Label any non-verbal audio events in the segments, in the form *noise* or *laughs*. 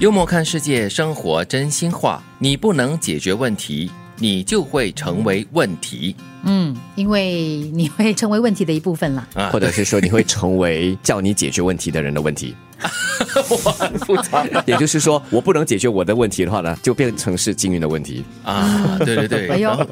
幽默看世界，生活真心话。你不能解决问题，你就会成为问题嗯，因为你会成为问题的一部分啦。啊！ *laughs* 或者是说你会成为叫你解决问题的人的问题。我很复杂也就是说，我不能解决我的问题的话呢，就变成是金云的问题。啊！对对对， *laughs* 哎呦然后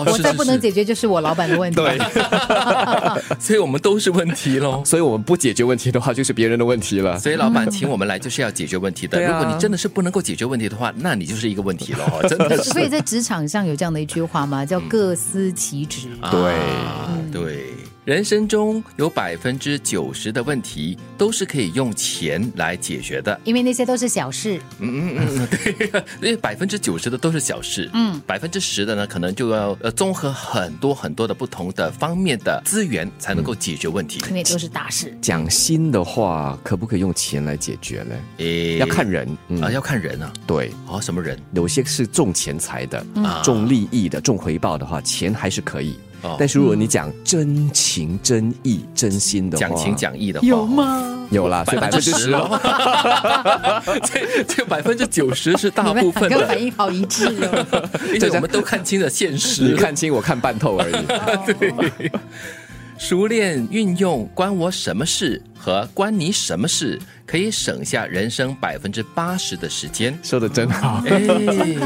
哦，我是再不能，是解决就是我老板的问题。 *laughs* 对，是 *laughs* 所以我们都是问题喽。 *laughs* 所以我们不解决问题的话，就是别人的问题了。所以老板请我们来就是要解决问题的。对啊如果你真的是不能够解决问题的话，那你就是一个问题了 *laughs* 哦，真的是。嗯所以在职场上有这样的一句话嘛，叫各司其职。啊对，人生中有百分之九十的问题都是可以用钱来解决的。因为那些都是小事，嗯嗯嗯，对， *laughs* 因为百分之九十的都是小事，嗯，百分之十的呢，可能就要呃综合很多很多的不同的方面的资源才能够解决问题。因为都是大事。讲心的话，可不可以用钱来解决呢？诶要看人，嗯，啊，要看人啊，对，哦，什么人？有些是重钱财的啊，重利益的，重回报的话，钱还是可以哦。但是如果你讲真情真意真心的话，讲情讲义的话，有？吗？有啦，所以百分之十了。哦， *laughs* 这这百分之九十是大 *laughs* 你部们分两的，个反应好一致 *laughs* 哦。因为我们都看清了现 *laughs* 你实。看清我看 *laughs* 半透而已。熟练运用“关我什么事”和“关你什么事”，可以省下人生百分之八十的时 *laughs* 间。说的真好，哎，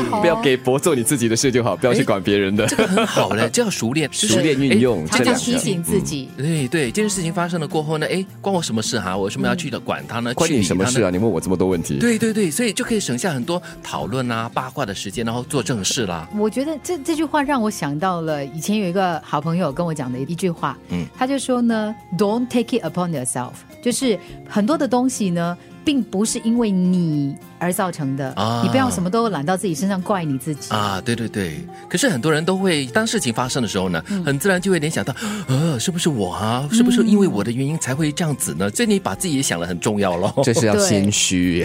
好不要给博做你自己的事就好，不要去管别人的。这个很好嘞，这要熟练，就是熟练运用哎常这常两提个。醒自己，对哎对，这件事情发生了过后呢，哎，关我什么事哈、我为什么要去管他呢？嗯关去你理什么他呢事啊？？你问我这么多问题，对对对，所以就可以省下很多讨论啊、八卦的时间，然后做正事啦。我觉得这这句话让我想到了以前有一个好朋友跟我讲的一句话，嗯他就说呢，Don't take it upon yourself，就是很多的东西呢，并不是因为你而造成的，啊你不要什么都揽到自己身上，怪你自己。啊，对对对，可是很多人都会，当事情发生的时候呢，嗯很自然就会联想到，呃，是不是我啊？是不是因为嗯我的原因才会这样子呢？所以你把自己也想得很重要咯。这是要对谦虚，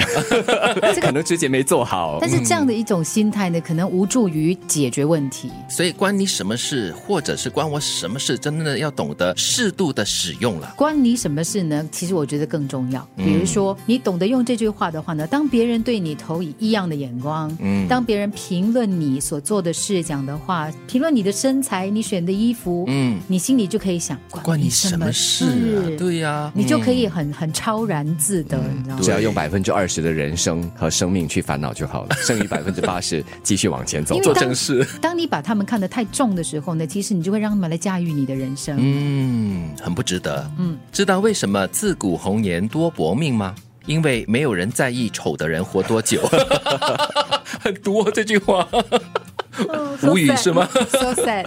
*laughs* 可能之前没做好但。是这样的一种心态呢，可能无助于解决问题。所以关你什么事，或者是关我什么事，真的要懂得适度的使用了。关你什么事呢？其实我觉得更重要。嗯比如说，你懂得用这句话的话呢，当别人对你投以异样的眼光，嗯当别人评论你所做的事、讲的话，评论你的身材、你选的衣服，嗯，你心里就可以想，关你什什么事啊？对呀、你就可嗯以很很超然自得，你知道吗只？要用对百分之二十的人生和生命去烦恼就好了，剩余百分之八十继续往前走因。为做当正事。当你把他们看得太重的时候呢，其实你就会让他们来驾驭你的人生。嗯，很不值得。嗯，知道为什么自古红颜多薄命吗？因为没有人在意丑的人活多久。 *laughs* 很毒哦，这句话。so 无语 sad 是吗 *laughs* ？So sad。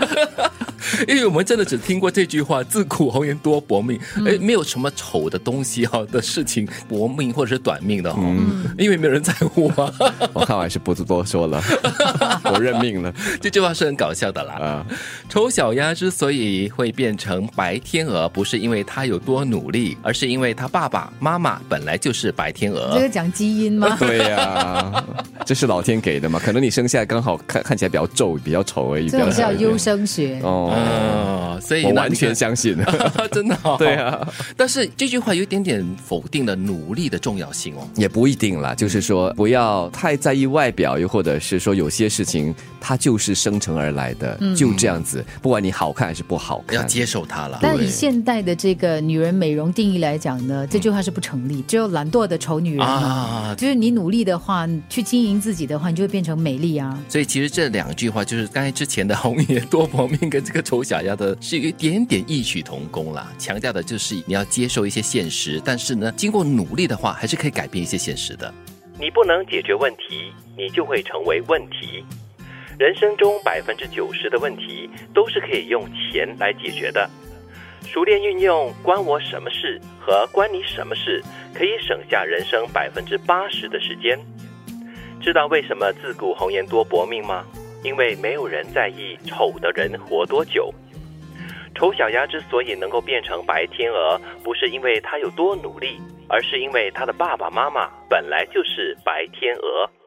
因为我们真的只听过这句话“自古红颜多薄命”，哎、没有什么丑的东西哈、的事情薄命或者是短命的哈、因为没有人在乎啊。 *laughs* 我看我还是不多说了，我认命了这句话是很搞笑的啦。啊！丑小鸭之所以会变成白天鹅，不是因为它有多努力，而是因为它爸爸妈妈本来就是白天这鹅个。讲基 *laughs* 因吗？对呀、这是老天给的嘛？可能你生下来刚好看看起来比较皱，比较丑而已，比这较种叫丑优生学。哦。哦，所以呢我完你全看相信， *laughs* *laughs* 真的、哦、对。啊，但是这句话有一点点否定了努力的重要性哦。也不一定啦。就是说，不要太在意外表，又或者是说有些事情它就是生成而来的，就这样子。不管你好看还是不好要看，接受它了，但对以现代的这个女人美容定义来讲呢，这句话是不成立。只有懒惰的丑女人嘛，啊，就是你努力的话，去经营自己的话，你就会变成美丽啊。所以其实这两句话就是刚才之前的红颜多薄命跟这个丑小鸭的是有一点点异曲同工啦，强调的就是你要接受一些现实，但是呢，经过努力的话，还是可以改变一些现实的。你不能解决问题，你就会成为问题。人生中百分之九十的问题都是可以用钱来解决的。熟练运用“关我什么事”和“关你什么事”，可以省下人生百分之八十的时间。知道为什么自古红颜多薄命吗？因为没有人在意丑的人活多久。丑小鸭之所以能够变成白天鹅，不是因为它有多努力，而是因为它的爸爸妈妈本来就是白天鹅。